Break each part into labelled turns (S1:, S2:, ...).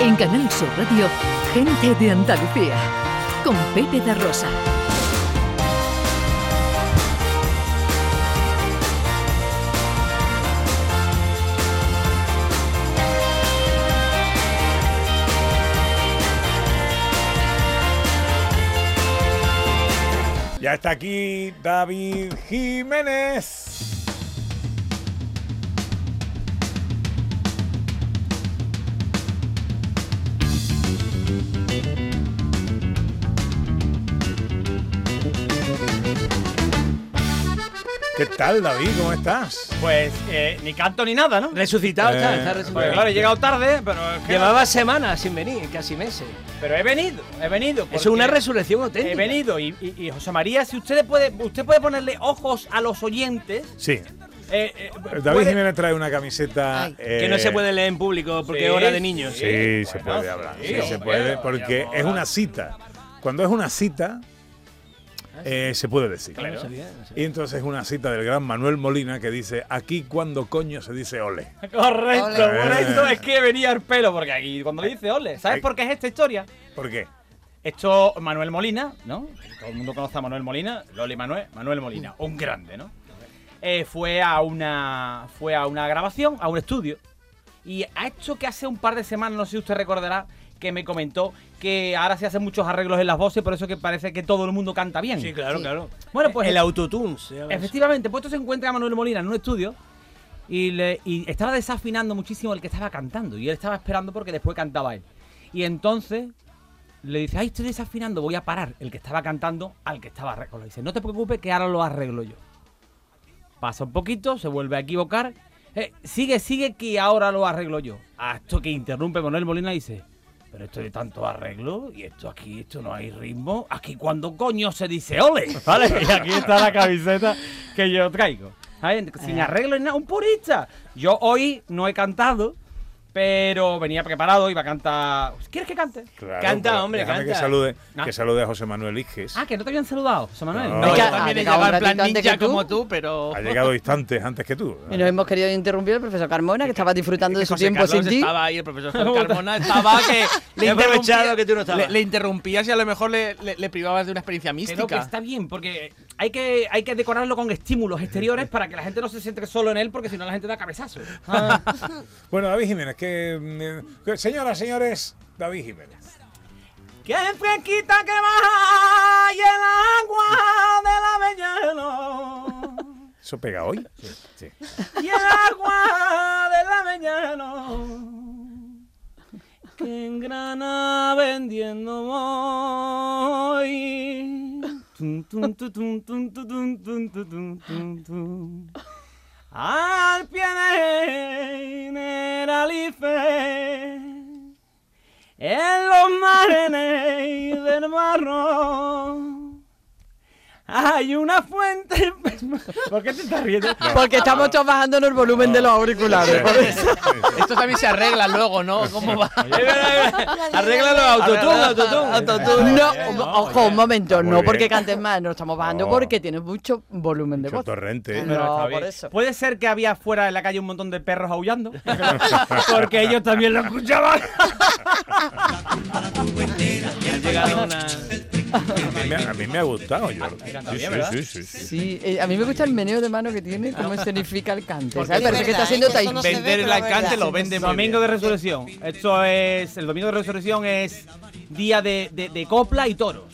S1: En Canal Sur Radio, Gente de Andalucía, con Pepe da Rosa.
S2: Ya está aquí David Jiménez. ¿Qué tal, David? ¿Cómo estás?
S3: Pues eh, ni canto ni nada, ¿no?
S4: Resucitado está,
S2: Eh,
S4: está
S3: Pues
S4: resucitado.
S3: claro, he llegado tarde, pero es que-
S4: Llevaba semanas sin venir, casi meses.
S3: pero he venido, he venido.
S4: Es
S3: porque
S4: una
S5: eh,
S4: resurrección auténtica.
S3: He venido y, y- y José María, si ustedes puede, usted puede ponerle ojos a los oyentes.
S2: Sí.
S3: eh, eh,
S2: David
S3: puede-
S2: Jiménez trae una camiseta.
S1: Ay.
S4: Que no
S2: eh,
S4: se puede leer en público porque
S3: Sí,
S4: es hora de
S3: sí.
S4: niños.
S2: Sí, se
S3: bueno,
S2: puede hablar.
S3: sí,
S2: Eh, Sí, se
S3: hombre,
S2: puede, porque
S3: vamos,
S2: es una
S3: vale.
S2: cita. Cuando es una cita, eh, se puede decir.
S4: Ah, no sabía, no sabía.
S2: Y entonces es una cita del gran Manuel Molina que dice, aquí cuando coño se dice ole.
S3: Correcto,
S1: Ole.
S3: correcto. Es que venía al pelo, porque aquí cuando le dice, ole, ¿sabes
S2: Ay.
S3: por qué es esta historia?
S2: ¿Por qué?
S3: Esto Manuel Molina, ¿no? Todo el mundo conoce a Manuel Molina, Loli Manuel, Manuel Molina, un grande, ¿no? Eh, fue a una fue a una grabación, a un estudio y a esto que hace un par de semanas, no sé si usted recordará, que me comentó que ahora se hacen muchos arreglos en las voces, por eso que parece que todo el mundo canta bien.
S4: Sí, claro,
S1: Sí.
S4: claro.
S3: Bueno, pues
S4: el autotune. se llama eso.
S3: Efectivamente, puesto se encuentra a Manuel Molina en un estudio y, le- y estaba desafinando muchísimo el que estaba cantando y él estaba esperando porque después cantaba él. Y entonces le dice, ay, estoy desafinando, voy a parar el que estaba cantando al que estaba arreglando. Dice, no te preocupes que ahora lo arreglo yo. Pasa un poquito, se vuelve a equivocar. "Eh, sigue, sigue que ahora lo arreglo yo. A esto que interrumpe Manuel Molina dice, pero esto de tanto arreglo y esto aquí, esto no hay ritmo. Aquí cuando coño se dice ole. ¿Vale? Y aquí está la camiseta que yo traigo. ¿Sabes? Sin arreglo ni nada, un purista. Yo hoy no he cantado, pero venía preparado, iba a cantar. ¿Quieres que cante?
S2: Claro,
S4: Canta,
S2: pero
S4: hombre,
S2: déjame
S4: canta.
S2: Que salude,
S3: Ah.
S2: que salude a José Manuel Iges.
S3: Ah, que no te habían saludado, José Manuel.
S2: No.
S5: No,
S2: Venga,
S5: yo
S2: ha
S5: también he
S6: llegado
S5: llegado
S6: un
S5: en plan
S6: ratito antes
S5: ninja
S6: que tú.
S5: como tú, pero...
S2: Ha llegado instantes antes que tú.
S6: Y nos hemos querido interrumpir el profesor Carmona, que estaba disfrutando de su
S4: José
S6: tiempo
S4: Carlos
S6: sin ti.
S4: Estaba ahí, el profesor José Carmona estaba que le
S5: He
S4: interrumpías,
S5: aprovechado
S4: que tú no estabas.
S5: Le, le interrumpías y a lo mejor le, le- le privabas de una experiencia mística.
S3: Creo que está bien, porque hay que, hay que decorarlo con estímulos exteriores para que la gente no se siente solo en él, porque si no la gente da cabezazo. Ah.
S2: Bueno, David Jiménez, que, mm, que- Señoras, señores, David Jiménez.
S3: ¡Qué fresquita que baja y el agua del avellano!
S2: ¿Eso pega hoy? Sí.
S3: Y el agua del avellano que en Granada vendiendo voy. Tun, tun, tu, tun, tun, tu, tun, tun, tu, tun, tun, tun. Al pie de Generalife, en los mares del marrón, hay una fuente. ¿Por qué te estás riendo?
S6: Porque estamos todos bajándonos el volumen de los auriculares. por eso.
S5: Esto también se arregla luego, ¿no? ¿Cómo va?
S4: Arréglalo, autotune, autotune.
S6: No, ojo, un momento,
S2: Muy
S6: no
S2: bien.
S6: porque cantes más, no estamos bajando
S2: No.
S6: porque tienes mucho volumen de
S2: Mucho
S6: voz.
S2: torrente.
S4: Ah,
S6: No,
S3: Está
S6: por
S3: bien.
S6: eso.
S3: Puede ser que había fuera en la calle un montón de perros aullando. Porque ellos también lo escuchaban.
S4: Ha llegado una-
S2: A mí, me- a mí me ha gustado.
S4: Ah,
S2: Yo. Sí,
S3: bien, ¿verdad?
S2: sí, sí, sí, sí.
S6: Sí, eh, a mí me gusta el meneo de mano que tiene, cómo escenifica el cante.
S5: Porque
S6: ¿sabes?
S5: es
S6: Parece
S5: verdad,
S6: que está haciendo
S5: ¿eh? Eso
S6: tai
S5: no se
S6: chi.
S5: ve,
S4: Vender el
S5: pero es verdad.
S4: alcance lo vende muy
S3: domingo de
S4: bien.
S3: resurrección. Esto es. El domingo de resurrección es día de, de- de copla y toros.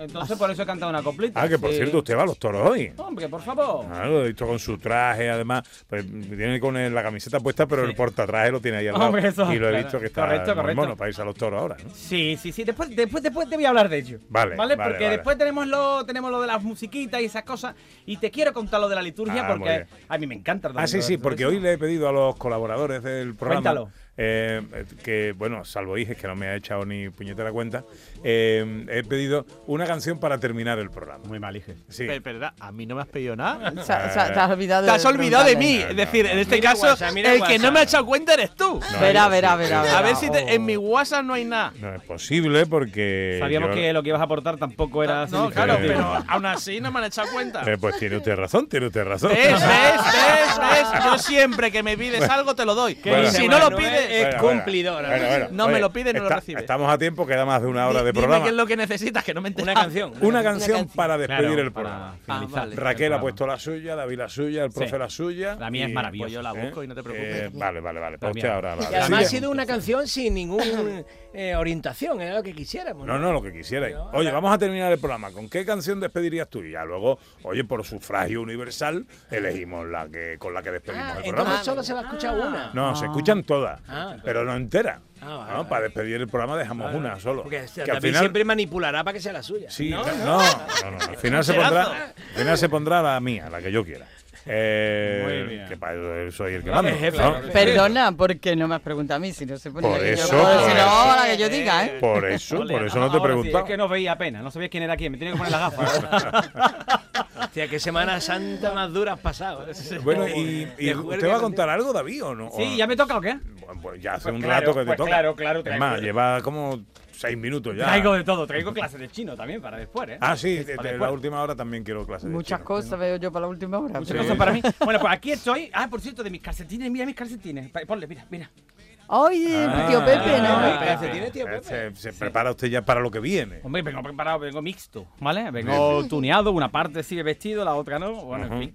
S3: Entonces por eso he cantado una coplita.
S2: Ah, que por
S3: Sí.
S2: cierto, usted va a los toros hoy.
S3: Hombre, por favor.
S2: Ah, lo he visto con su traje, además. Pues, tiene con el- la camiseta puesta, pero el portatraje lo tiene ahí al lado.
S3: Hombre, eso,
S2: y lo he
S3: claro.
S2: visto que está
S3: Correcto,
S2: muy
S3: correcto.
S2: mono para irse a los toros ahora. ¿no?
S3: Sí, sí, sí. Después, después, después te voy a hablar de ello.
S2: Vale,
S3: ¿Vale?
S2: vale,
S3: Porque
S2: vale.
S3: después tenemos lo, tenemos lo de las musiquitas y esas cosas. Y te quiero contar lo de la liturgia
S2: Ah, muy
S3: porque
S2: bien.
S3: a mí me encanta.
S2: Ah,
S3: el domingo
S2: sí,
S3: de
S2: sí, porque
S3: resurrección.
S2: hoy le he pedido a los colaboradores del programa
S3: Cuéntalo.
S2: eh, que, bueno, salvo Iges, que no me ha echado ni puñetera cuenta, eh, he pedido una canción para terminar el programa.
S3: Muy mal, Ige.
S2: Sí.
S5: Pero, ¿Verdad? ¿A mí no me has pedido nada.
S6: Sa- sa- Te has olvidado
S5: Te has olvidado de mí.
S2: No,
S5: Es
S2: no,
S5: decir,
S2: no.
S5: en este
S3: Mira
S5: caso,
S3: WhatsApp, mira
S5: el que
S3: WhatsApp.
S5: no me ha echado cuenta eres tú.
S2: No,
S6: Verá,
S2: yo-
S6: verá, verá,
S2: yo-
S6: verá.
S5: A ver si te- en mi WhatsApp no hay nada.
S2: No es posible porque.
S3: Sabíamos
S2: Eh, yo-
S3: que lo que ibas a aportar tampoco era así.
S5: Ah, No, claro,
S2: sí.
S5: pero aún así no me han echado cuenta.
S2: Eh, pues tiene usted razón, tiene usted razón.
S5: ¿Ves? ¿Ves? ¿Ves? ¿Ves? Yo siempre que me pides algo te lo doy.
S2: Bueno.
S5: Y si no lo
S3: Manuel.
S5: pides,
S4: es cumplidora.
S5: No me lo pide, no lo recibe.
S2: Estamos a tiempo, queda más de una hora
S5: Di-
S2: de
S5: dime
S2: programa.
S5: qué es lo que necesitas, que no me enteras.
S4: Una canción.
S2: Una canción para
S3: Claro,
S2: despedir el
S3: para
S2: programa. Ah,
S3: finalizar
S5: vale.
S3: el
S2: Raquel ha
S3: programa.
S2: puesto la suya, David la suya, el profe
S3: Sí.
S2: la suya.
S3: La mía es
S2: y-
S3: maravillosa.
S5: Pues yo la busco
S2: ¿eh?
S5: y no te preocupes.
S2: Eh, vale, vale, vale. Pues
S3: La
S2: usted
S3: mía.
S2: ahora.
S4: Y
S2: vale.
S4: además
S2: Sí.
S4: ha sido una canción sin ninguna orientación, era lo que quisiéramos.
S2: No, no, lo que quisierais. Oye, vamos a terminar el programa. ¿Con qué canción despedirías tú? Y ya luego, oye, por sufragio universal, elegimos la que con la que despedimos
S4: Ah,
S2: el programa.
S4: entonces solo se va a escuchar
S5: Ah.
S4: una.
S2: No, se escuchan todas,
S4: Ah.
S2: pero no entera.
S4: Ah, vale,
S2: ¿no?
S4: vale.
S2: Para despedir el programa dejamos una solo.
S4: Porque o sea,
S2: que al
S4: David
S2: final,
S4: siempre manipulará para que sea la suya.
S2: sí, no, no, no, no, al final se pondrá, al final se pondrá la mía, la que yo quiera. Eh,
S3: Muy bien.
S2: que para eso soy el que manda.
S4: jefe,
S2: ¿no?
S4: jefe.
S6: Perdona, porque no me has preguntado a mí si no se pone
S2: Por
S6: la que
S2: eso,
S6: yo puedo
S2: por
S6: decir
S2: eso.
S6: ahora que yo diga, ¿eh?
S2: Por eso, por eso no te
S3: Ahora sí,
S2: preguntaba.
S3: es que Ah, no veía apenas, no sabía quién era quién, me tenía que poner las gafas.
S4: Hostia, qué Semana Santa más dura has pasado. ¿eh?
S2: Bueno, y, y
S4: Te juro
S2: ¿usted
S4: que
S2: va a
S4: no
S2: contar algo, David, o no?
S3: sí,
S2: ¿O-
S3: ya me toca o qué?
S2: Bueno, pues ya hace un
S3: claro,
S2: rato que te
S3: pues
S2: toca.
S3: claro, claro,
S2: Es
S3: traigo-
S2: más, lleva como seis minutos ya.
S3: Traigo de todo, traigo clases de chino también para después, ¿eh?
S2: Ah, sí, de-
S3: Vale,
S2: de la
S3: bueno.
S2: última hora también quiero clases. de
S6: Muchas
S2: chino.
S6: cosas veo yo para la última hora.
S3: Muchas
S2: Sí.
S3: cosas para mí. Bueno, pues aquí estoy. Ah, por cierto, de mis calcetines, mira mis calcetines. Pa- Ponle, mira, mira.
S6: Ay,
S2: Ah.
S6: tío Pepe,
S3: Ah.
S6: ¿no?
S4: calcetines, tío
S2: Eh,
S4: Pepe.
S2: Se, se prepara usted ya para lo que viene.
S3: Hombre, vengo preparado, vengo mixto, ¿vale? Vengo tuneado, una parte sigue vestido, la otra no, bueno, en fin.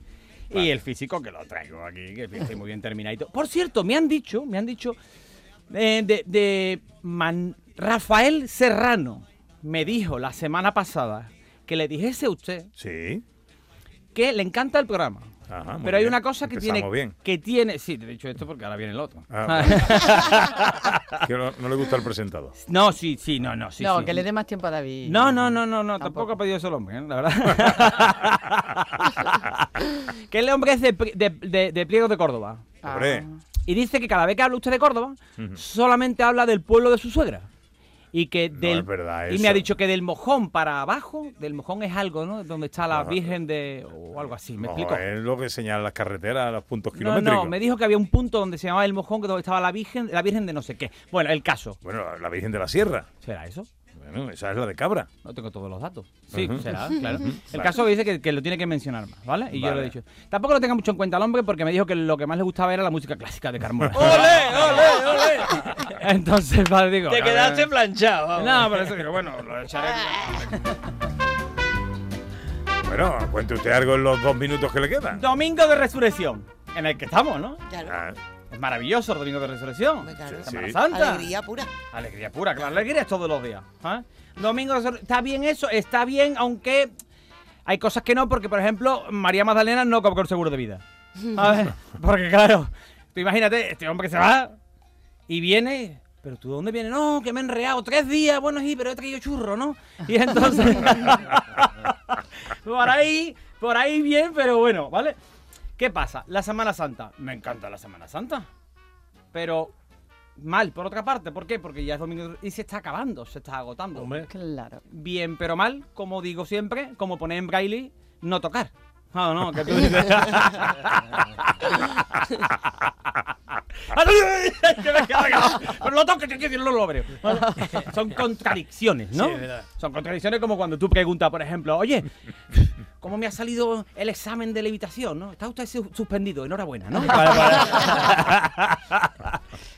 S3: Y el físico que lo traigo aquí, que estoy muy bien terminadito. Por cierto, me han dicho, me han dicho eh, de, de Man- Rafael Serrano, me dijo la semana pasada que le dijese a usted
S2: Sí.
S3: que le encanta el programa.
S2: Ajá, muy
S3: pero hay
S2: bien.
S3: una cosa que tiene,
S2: Empezamos bien.
S3: que tiene... Sí, te he dicho esto porque ahora viene el otro.
S2: Ah,
S3: Ah.
S2: Que no, no le gusta el presentador.
S3: no, sí, sí, no, no, sí.
S6: No,
S3: sí.
S6: que le dé más tiempo a David.
S3: No, no, no, no, no, tampoco, ha
S6: Tampoco.
S3: pedido eso el hombre, ¿eh? la verdad. que el hombre es de, Pri- de, de- de Pliego de Córdoba.
S6: Ah.
S2: Hombre,
S3: Y dice que cada vez que habla usted de Córdoba, solamente habla del pueblo de su suegra. Y que del.
S2: es verdad
S3: y
S2: eso.
S3: me ha dicho que del mojón para abajo, del mojón es algo, ¿no? Donde está la
S2: Ajá.
S3: Virgen de. o algo así, ¿me
S2: ojo,
S3: explico?
S2: es lo que señalan las carreteras, los puntos
S3: No, no,
S2: kilométricos.
S3: me dijo que había un punto donde se llamaba el mojón, que donde estaba la Virgen, la Virgen de no sé qué. Bueno, el caso.
S2: Bueno, la Virgen de la Sierra.
S3: ¿Será eso?
S2: Bueno, esa es la de Cabra.
S3: No tengo todos los datos. Sí,
S2: Ujú.
S3: será, claro. El
S2: Vale.
S3: caso dice que, que lo tiene que mencionar más, ¿vale? Y yo
S2: Vale.
S3: lo he dicho. Tampoco lo tenga mucho en cuenta el hombre porque me dijo que lo que más le gustaba era la música clásica de Carmona.
S4: ¡Ole, ole, ole!
S3: Entonces, vale, digo.
S4: Te
S3: a
S4: quedaste
S3: ver.
S4: planchado. vamos.
S3: No, por eso digo, bueno, lo echaré.
S2: Bueno, cuente usted algo en los dos minutos que le quedan.
S3: Domingo de Resurrección, en el que estamos, ¿no?
S2: Ah,
S3: Es maravilloso el Domingo de Resurrección.
S7: Hombre, claro.
S3: Semana
S2: Sí.
S3: Santa.
S7: Alegría pura.
S3: Alegría pura, claro. Alegría es todos los días. ¿eh? Domingo, está bien eso, está bien, aunque hay cosas que no, porque por ejemplo, María Magdalena no cobró el seguro de vida. A ver, porque claro, tú imagínate, este hombre que se va y viene. Pero tú, ¿de dónde vienes? No, que me he enreado tres días. Bueno, sí, pero he traído churro, ¿no? Y entonces. por ahí, por ahí bien, pero bueno, ¿vale? ¿Qué pasa? La Semana Santa. Me encanta la Semana Santa. Pero mal, por otra parte. ¿Por qué? Porque ya es domingo y se está acabando, se está agotando.
S6: Claro.
S3: Bien, pero mal, como digo siempre, como poner en braille, no tocar. Ah, No, no, que tú dices. Que me carga. pero lo toques, que quiero decir, no lo abre. Son contradicciones, ¿no?
S4: Sí, es verdad.
S3: Son contradicciones como cuando tú preguntas, por ejemplo, oye, ¿cómo me ha salido el examen de levitación? ¿no? Está usted su- suspendido, enhorabuena, ¿no?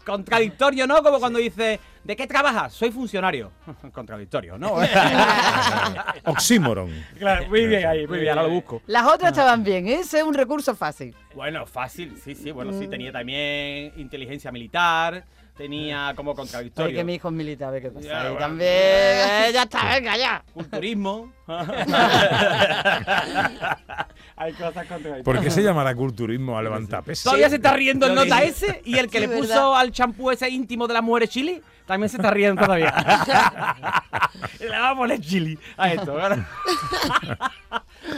S3: Contradictorio, ¿no? Como cuando dice, ¿de qué trabajas? Soy funcionario. Contradictorio, ¿no?
S2: ah. Oxímoron.
S3: Claro, muy bien ahí, muy bien, ahora lo busco.
S6: Las otras estaban bien, ¿eh? ese es un recurso fácil.
S3: Bueno, fácil, sí, sí, bueno, sí, tenía también inteligencia militar, tenía como
S6: Oye, que
S3: contradictorio
S6: mi hijo es militar, a ver qué pasa.
S3: Ya,
S6: Ahí
S3: bueno.
S6: también, eh, ya está, venga, ya.
S3: culturismo. Hay cosas contradictorias.
S2: ¿Por qué se llamará culturismo a levantar pesas?
S3: Todavía se está riendo el
S4: Lo
S3: nota
S4: que-
S3: ese y el que
S7: Sí,
S3: le puso
S7: ¿verdad?
S3: al champú ese íntimo de las mujeres chili también se está riendo todavía. le vamos a poner chili a esto. ¿verdad?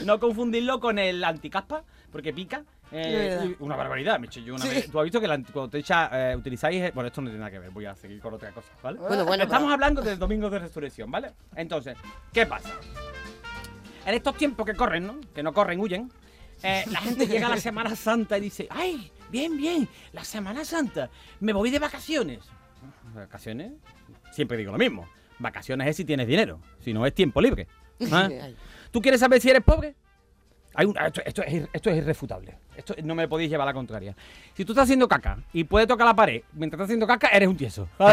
S3: no confundirlo con el anticaspa, porque pica. eh,
S7: Es verdad.
S3: y una barbaridad, me eché yo una
S7: Sí.
S3: vez. Tú has visto que el anti- cuando te echa, eh, utilizáis. eh, Bueno, esto no tiene nada que ver, voy a seguir con otra cosa, ¿vale?
S7: Bueno, bueno,
S3: Estamos
S7: pero-
S3: hablando del domingo de resurrección, ¿vale? Entonces, ¿qué pasa? En estos tiempos que corren, ¿no? Que no corren, huyen. eh, la gente llega a la Semana Santa y dice, ¡ay! Bien, bien, la Semana Santa. Me voy de vacaciones. ¿Vacaciones? Siempre digo lo mismo. Vacaciones es si tienes dinero, si no es tiempo libre. ¿Ah?
S7: Ay.
S3: ¿Tú quieres saber si eres pobre? Hay un- esto, esto es, ir- esto es irrefutable. Esto no me podéis llevar a la contraria. Si tú estás haciendo caca y puedes tocar la pared mientras estás haciendo caca, eres un tieso. o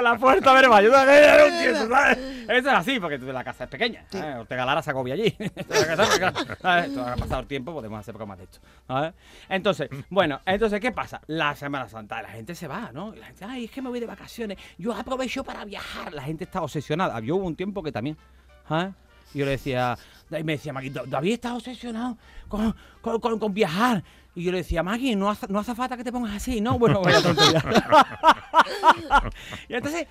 S3: la puerta, ver, ayuda, eres un tieso, ¿sabes? Eso es así, porque tú- la casa es pequeña. ¿sabes? Ortega Lara se agobia allí. ¿Sabes? Esto ha pasado el tiempo, podemos hacer poco más de esto. ¿sabes? Entonces, bueno, entonces, ¿qué pasa? La Semana Santa, la gente se va, ¿no? La gente, ay, es que me voy de vacaciones. Yo aprovecho para viajar. La gente está obsesionada. Yo hubo un tiempo que también. ¿sabes? Y yo le decía, y me decía, Maki, David está obsesionado con, con- con- con viajar. Y yo le decía, Maki, no hace, no hace falta que te pongas así, ¿no? Bueno, bueno, tontería. y entonces,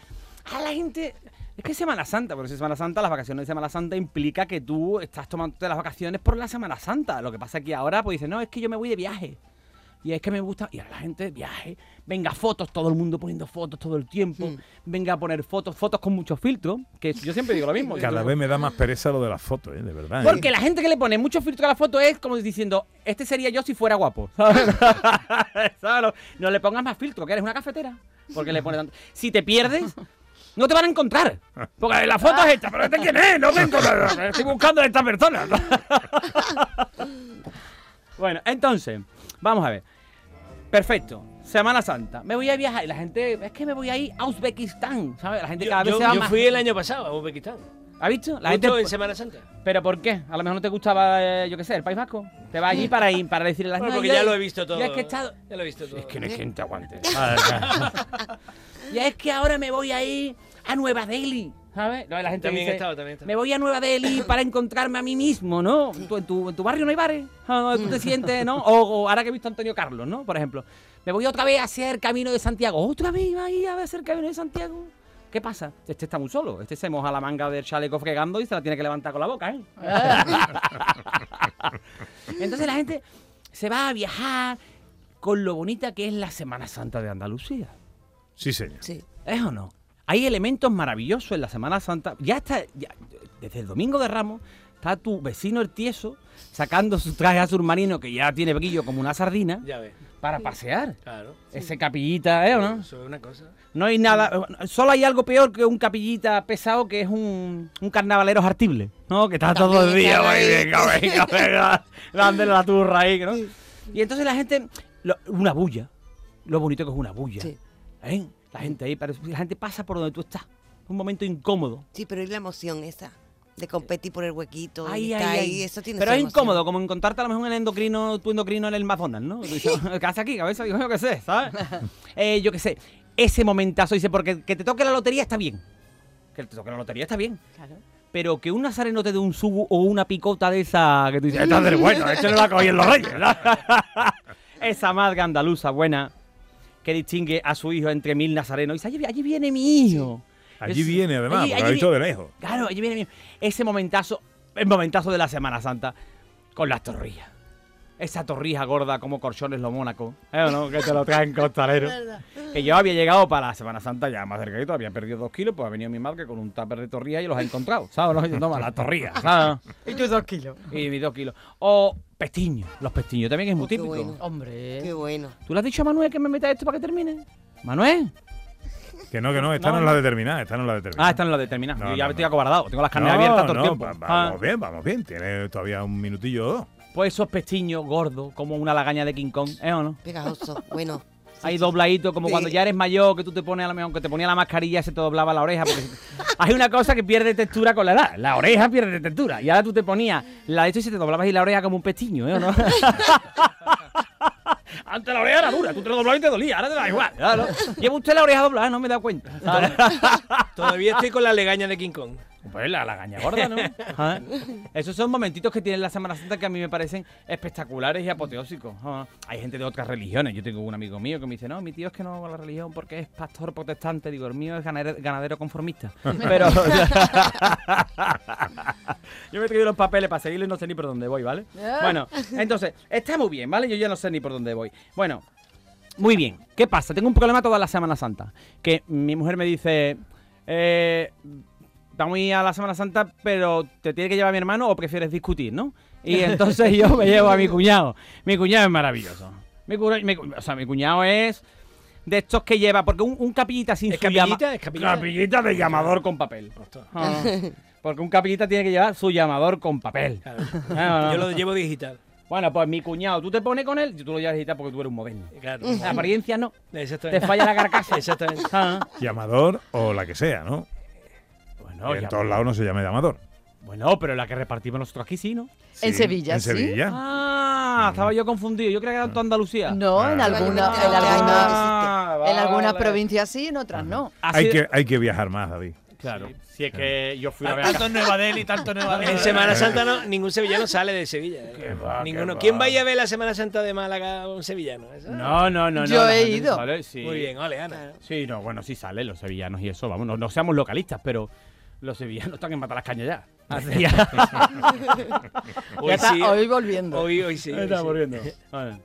S3: a la gente. Es que es Semana Santa, por eso es Semana Santa, las vacaciones de Semana Santa implica que tú estás tomándote las vacaciones por la Semana Santa. Lo que pasa es que ahora pues dices, no, es que yo me voy de viaje. Y es que me gusta. Y ahora la gente viaje. Venga, fotos, todo el mundo poniendo fotos todo el tiempo. Venga a poner fotos, fotos con muchos filtros. Que yo siempre digo lo mismo.
S2: Cada
S3: Yo-
S2: vez me da más pereza lo de las fotos, ¿eh? de verdad. ¿eh?
S3: porque la gente que le pone mucho filtro a la foto es como diciendo, este sería yo si fuera guapo. ¿sabes? ¿Sabes? No, no le pongas más filtro, que eres una cafetera. Porque le pone tanto. Si te pierdes, no te van a encontrar. Porque la foto es esta, pero este quién es, no me encuentro, Estoy buscando a esta persona. bueno, entonces, vamos a ver. Perfecto. Semana Santa. Me voy a viajar. Y la gente, es que me voy a ir a Uzbekistán. ¿Sabes? La gente
S4: Yo,
S3: cada vez
S4: yo-
S3: se va
S4: yo
S3: más.
S4: fui el año pasado a Uzbekistán.
S3: ¿Has visto? La
S4: justo
S3: gente
S4: en Semana Santa.
S3: ¿Pero por qué? A lo mejor no te gustaba, eh, yo qué sé, el País Vasco. Te vas allí para, ir- para decirle a las
S4: Bueno,
S3: no,
S4: porque
S3: yo-
S4: ya lo he visto todo.
S3: Ya es que he estado...
S4: Ya lo he visto todo.
S3: Es que no hay quien te aguante.
S2: Ah,
S3: ya es que ahora me voy a ir a Nueva Delhi. ¿Sabes? No, la gente
S4: También he
S3: dice,
S4: estado, también he estado.
S3: Me voy a Nueva Delhi para encontrarme a mí mismo, ¿no? Tú- en, tu, en tu barrio no hay bares. Ah, no, Tú te sientes, ¿no? O, o ahora que he visto a Antonio Carlos, ¿no? Por ejemplo. Me voy otra vez a hacer Camino de Santiago. ¿Otra vez iba a ir a hacer Camino de Santiago? ¿Qué pasa? Este está muy solo. Este se moja la manga del chaleco fregando y se la tiene que levantar con la boca, ¿eh? Entonces la gente se va a viajar con lo bonita que es la Semana Santa de Andalucía.
S2: Sí, señor.
S7: Sí.
S3: ¿Es o no? Hay elementos maravillosos en la Semana Santa. Ya está, ya- desde el domingo de Ramos, está tu vecino el tieso sacando su traje azul marino que ya tiene brillo como una sardina
S4: Ya ves.
S3: para pasear.
S4: Claro.
S3: Ese capillita, ¿eh o no?
S4: Eso es una cosa.
S3: No hay nada, solo hay algo peor que un capillita pesado que es un, un carnavalero jartible, ¿no? Que está todo el
S7: También
S3: día,
S7: está
S3: güey,
S7: ahí.
S3: venga, venga, venga, dándole la turra ahí, ¿no? Y entonces la gente, lo- una bulla, lo bonito que es una bulla,
S7: Sí.
S3: ¿eh? La gente ahí, parece- la gente pasa por donde tú estás, un momento incómodo.
S7: Sí, pero es la emoción esa de competir por el huequito. y
S3: Ay, ay,
S7: está
S3: ay.
S7: ahí, eso tiene
S3: Pero
S7: su
S3: es
S7: emoción.
S3: incómodo, como encontrarte a lo mejor en el endocrino, tu endocrino en el McDonald's, ¿no? Tú dices, ¿Qué hace aquí, cabeza? Digo, yo qué sé, ¿sabes? Eh, yo qué sé. Ese momentazo, dice, porque que te toque la lotería está bien. Que te toque la lotería está bien. Pero que un nazareno te dé un subu o una picota de esa que tú dices, esta es del bueno, este échale la cogí en los reyes. ¿no? esa madre andaluza buena que distingue a su hijo entre mil nazarenos. Y dice, allí, allí viene mi hijo.
S2: Allí
S3: Es-
S2: viene, además,
S3: allí-
S2: porque lo
S3: allí
S2: ha visto
S3: vi-
S2: de lejos.
S3: Claro, allí viene mi- ese momentazo, el momentazo de la Semana Santa con las torrijas. Esa torrija gorda como corchones lo mónaco, ¿eh o no? Que te lo traen costalero. que yo había llegado para la Semana Santa ya más cercadito, había perdido dos kilos, pues ha venido mi madre con un tupper de torrija y los ha encontrado, ¿sabes? No, Yo, toma, la torrija, ¿sabes?
S6: Y tus dos kilos.
S3: Y mis dos kilos. O pestiños, los pestiños también es muy
S7: Oh, qué
S3: típico.
S7: bueno.
S3: pues.
S6: Hombre.
S7: Qué bueno.
S3: ¿Tú le has dicho a Manuel que me meta esto para que termine? ¿Manuel?
S2: Que no, que no, esta no,
S3: No,
S2: es la determinada, esta Pues no es la determinada.
S3: Ah, esta no la determina.
S2: No,
S3: yo ya
S2: no,
S3: estoy
S2: no.
S3: acobardado, tengo las
S2: no,
S3: carnes abiertas todo el
S2: no,
S3: tiempo.
S2: va-
S3: Ah.
S2: vamos bien, vamos bien. Tiene todavía un minutillo o dos.
S3: Pues esos pestiños gordos, como una lagaña de King Kong, ¿eh o no?
S7: Pegajoso. Bueno.
S3: Ahí dobladito, como
S7: Sí.
S3: cuando ya eres mayor, que tú te pones a la mejor, que te ponía la mascarilla, se te doblaba la oreja. porque- hay una cosa que pierde textura con la edad. La oreja pierde textura. Y ahora tú te ponías la de esto y se te doblabas y la oreja como un pestiño, ¿eh o no? Antes la oreja era dura, tú te lo doblabas y te dolía, ahora te da igual. Claro. Lleva usted la oreja doblada, no me he dado cuenta.
S4: Todavía estoy con la legaña de King Kong.
S3: Pues la lagaña gorda, ¿no? Ajá. Esos son momentitos que tiene la Semana Santa que a mí me parecen espectaculares y apoteósicos. Ajá. Hay gente de otras religiones. Yo tengo un amigo mío que me dice, no, mi tío es que no va a la religión porque es pastor protestante. Digo, el mío es ganadero, ganadero conformista. Pero... o sea, yo me he traído los papeles para seguirlo y no sé ni por dónde voy, ¿vale?
S4: Ah.
S3: Bueno, entonces, está muy bien, ¿vale? Yo ya no sé ni por dónde voy. Bueno, muy bien. ¿Qué pasa? Tengo un problema toda la Semana Santa. Que mi mujer me dice, eh, vamos a ir a la Semana Santa, pero ¿te tiene que llevar mi hermano o prefieres discutir, no? Y entonces yo me llevo a mi cuñado. Mi cuñado es maravilloso. Mi, cuñado, o sea, mi cuñado es de estos que lleva, porque un, un capillita sin
S4: ¿Es
S3: su llama-
S4: capillita? ¿Es capillita?
S3: Capillita de llamador con papel. Ah, porque un capillita tiene que llevar su llamador con papel.
S4: Claro.
S3: Ah, no, no.
S4: Yo lo llevo digital.
S3: Bueno, pues mi cuñado, tú te pones con él y tú lo llevas a digital porque tú eres un moderno.
S4: Claro.
S3: La apariencia no. Te
S4: Exactamente.
S3: falla la carcasa.
S4: Exactamente.
S3: Ah,
S2: Llamador o la que sea, ¿no?
S3: bueno,
S2: en
S3: ya-
S2: todos lados no se llama llamador.
S3: bueno, pero la que repartimos nosotros aquí sí, ¿no?
S6: En Sevilla,
S2: En
S6: sí.
S2: Sevilla.
S3: Ah, estaba yo confundido. Yo creía que era en toda Andalucía.
S6: No, en
S2: Ah.
S6: alguna, en alguna,
S3: Ah,
S6: en
S3: vale.
S6: algunas provincias sí, en otras no.
S3: Ha
S2: Hay,
S3: sido-
S2: que, hay que viajar más, David.
S3: Claro. Ah,
S5: Si es que yo fui una vez.
S3: Tanto
S5: en Nueva Delhi, tanto en Nueva
S4: En Semana Santa no, ningún sevillano sale de Sevilla. ¿eh?
S2: Qué va,
S4: Ninguno.
S2: qué
S4: ¿Quién
S2: va.
S4: Ah. va a ir a ver la Semana Santa de Málaga a un sevillano? Eso-
S3: No, no, no. no,
S6: Yo
S3: no,
S6: he
S3: no,
S6: ido.
S3: ¿vale? Sí.
S4: Muy bien, ole, Ana.
S3: Sí, no, bueno, sí salen los sevillanos y eso, vamos, no, no seamos localistas, pero los sevillanos están en matar las cañas ya. Así ya.
S6: ya
S4: Hoy
S6: está,
S3: ¿eh?
S4: sí.
S6: hoy volviendo.
S4: Hoy, hoy sí. hoy sí.
S3: Vale.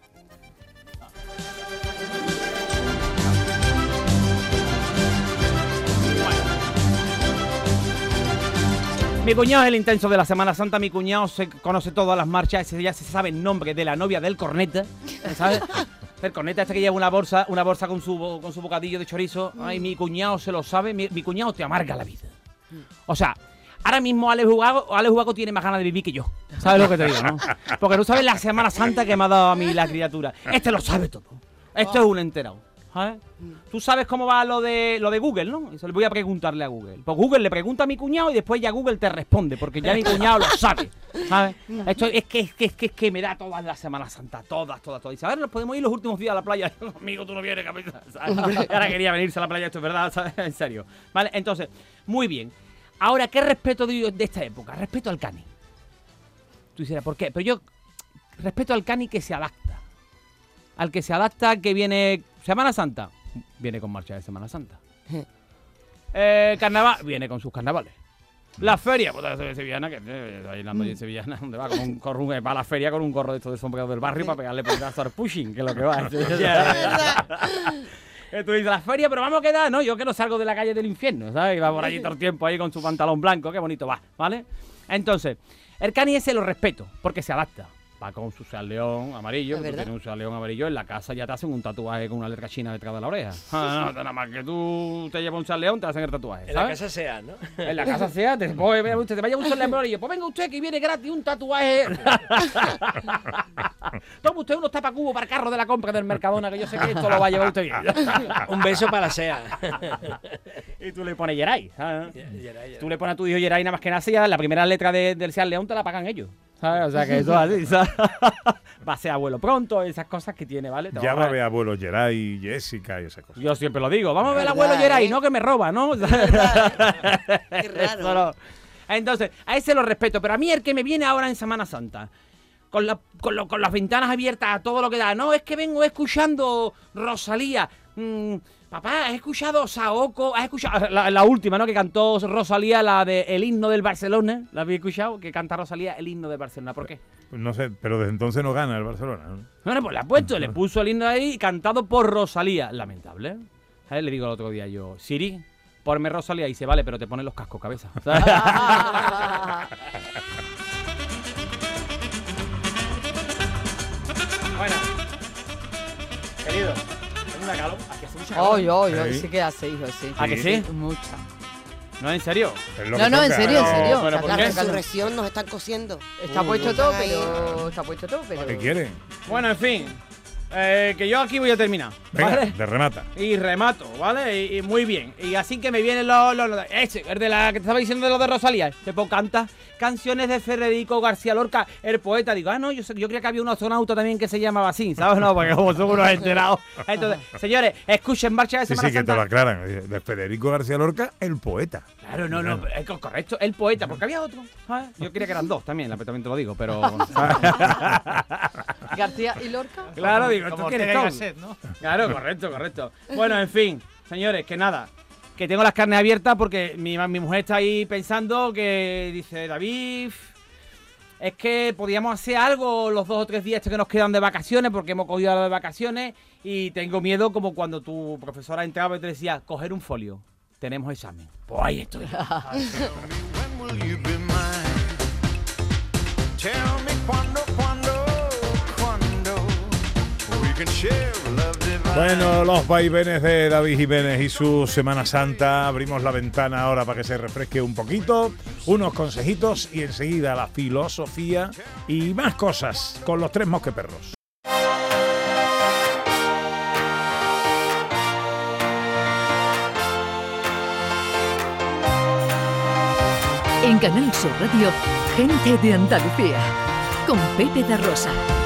S3: Mi cuñado es el intenso de la Semana Santa, mi cuñado se conoce todas las marchas, ese ya se sabe el nombre de la novia del corneta, ¿sabes? El corneta este que lleva una bolsa, una bolsa con su, bo- con su bocadillo de chorizo. Ay, mi cuñado se lo sabe, mi, mi cuñado te amarga la vida. O sea, ahora mismo Alex Hugo, Alex Ubago tiene más ganas de vivir que yo. ¿Sabes lo que te digo, no? Porque tú sabes la Semana Santa que me ha dado a mí la criatura. Este lo sabe todo. Este es un enterado. ¿sabes? Mm. Tú sabes cómo va lo de lo de Google, ¿no? Eso le voy a preguntarle a Google. Pues Google le pregunta a mi cuñado y después ya Google te responde, porque ya mi cuñado lo sabe. ¿Sabes? Esto es que, es que es que es que me da todas las Semanas Santa, todas, todas, todas. Dice, a ver, nos podemos ir los últimos días a la playa. Amigo, tú no vienes, capitán. ¿sabes? Ahora quería venirse a la playa, esto es verdad, ¿sabes? En serio. Vale, entonces, muy bien. Ahora, ¿qué respeto de, de esta época? Respeto al cani. Tú dices, ¿por qué? Pero yo respeto al cani que se adapta. Al que se adapta, que viene Semana Santa. Viene con marcha de Semana Santa. Eh, carnaval, viene con sus carnavales.
S7: Mm.
S3: La feria, puta, soy sevillana, que eh, bailando yo en sevillana, donde va con un corro, un- va a la feria con un gorro de estos de sombrero del barrio para pegarle puñetazo al pushing, que es lo que va. Eh, Tú dices, la feria, pero vamos a quedar, ¿no? Yo que no salgo de la calle del infierno, ¿sabes? Y va por allí todo el tiempo ahí con su pantalón blanco, qué bonito va, ¿vale? Entonces, el cani ese lo respeto, porque se adapta. Va con su saleón amarillo,
S7: Es
S3: que tú
S7: verdad.
S3: tienes un saleón amarillo, en la casa ya te hacen un tatuaje con una letra china detrás de la oreja. Ah, no, nada más que tú te llevas un saleón, te hacen el tatuaje,
S4: En la
S3: ¿sabes?
S4: casa sea, ¿no?
S3: En la casa sea, te, pues, vea usted, te vaya un saleón amarillo, pues venga usted que viene gratis un tatuaje. Toma usted unos tapacubos para el carro de la compra del Mercadona, que yo sé que esto lo va a llevar usted bien.
S4: Un beso para la sea.
S3: Y tú le pones Geray. ¿sabes?
S4: Yeray, yeray.
S3: Tú le pones a tu hijo Geray nada más que nace, ya la primera letra de- del Seat León te la pagan ellos. ¿sabes? O sea que eso es así. ¿sabes? Va a ser abuelo pronto, esas cosas que tiene, ¿vale? Te
S2: Ya
S3: vas
S2: va a ver abuelos Geray, Jessica y esas cosas.
S3: Pues Yo siempre lo digo, vamos a ver al
S7: Verdad,
S3: abuelo Geray,
S7: ¿eh?
S3: no que me roba, ¿no?
S7: Qué
S3: Eso
S7: raro.
S3: no. Entonces, a ese lo respeto, pero a mí el que me viene ahora en Semana Santa, con, la- con lo- con las ventanas abiertas a todo lo que da, no, es que vengo escuchando Rosalía. Mm, papá, has escuchado Saoko, has escuchado Ah, la, la última, ¿no? Que cantó Rosalía, la de El himno del Barcelona, la había escuchado, que canta Rosalía el himno del Barcelona, ¿por qué?
S2: No sé, pero desde entonces no gana el Barcelona. ¿no?
S3: Bueno, pues le ha puesto, le puso el himno ahí cantado por Rosalía. Lamentable. ¿eh? A él Le digo el otro día yo, Siri, ponme Rosalía y se vale, pero te ponen los cascos cabeza.
S6: Ah.
S3: bueno, querido, tengo una calor. Aquí hace mucha calor.
S6: Hoy, hoy, hoy
S2: Sí.
S6: sí que hace hijos, sí.
S3: ¿A que sí?
S6: Mucha.
S3: No, en serio.
S2: Es lo
S6: No,
S2: que
S6: no, en
S2: toca.
S6: serio, en
S2: Pero,
S6: serio.
S3: pero
S6: Se
S3: ¿por
S7: La
S6: hace
S3: qué?
S6: calor.
S7: resurrección nos están cosiendo.
S6: Está
S7: Uy,
S6: puesto todo,
S7: están ahí.
S6: pero. Está puesto todo, pero.
S2: ¿Qué quiere?
S3: Bueno, en fin, eh, que yo aquí voy a terminar.
S2: Venga,
S3: ¿vale?
S2: te remata.
S3: Y remato, ¿vale? Y, y muy bien. Y así que me vienen los, los, los- Ese, el de la que te estaba diciendo de lo de Rosalía. Que pues canta canciones de Federico García Lorca, el poeta. Digo, ah, no, yo, sé- yo creía que había un astronauta también que se llamaba así, ¿sabes? No, porque como son unos enterados. Entonces, señores, escuchen marcha de
S2: Sí,
S3: Semana
S2: sí, que te
S3: Santa.
S2: lo aclaran. Dice, De Federico García Lorca, el poeta.
S3: Claro, no, no, es co- correcto, el poeta, porque había otro. ¿sabes? Yo creía que eran dos también, también te lo digo, pero.
S6: García y Lorca.
S3: Claro, digo, ¿tú
S5: Como
S3: quieres
S5: Ortega y
S3: todo?
S5: Gasset, ¿no?
S3: Claro, correcto, correcto. Bueno, en fin, señores, que nada. Que tengo las carnes abiertas porque mi, ma- mi mujer está ahí pensando que dice, David, es que podíamos hacer algo los dos o tres días estos que nos quedan de vacaciones porque hemos cogido ahora de vacaciones y tengo miedo como cuando tu profesora entraba y te decía, coger un folio, tenemos examen. Pues ahí estoy.
S8: When will you be mine? Tell me cuando, cuando, cuando we can share a love divine.
S2: Bueno, los vaivenes de David Jiménez y su Semana Santa. Abrimos la ventana ahora para que se refresque un poquito. Unos consejitos y enseguida la filosofía y más cosas con los tres mosqueperros.
S1: En Canal Sur Radio, Gente de Andalucía, con Pepe da Rosa.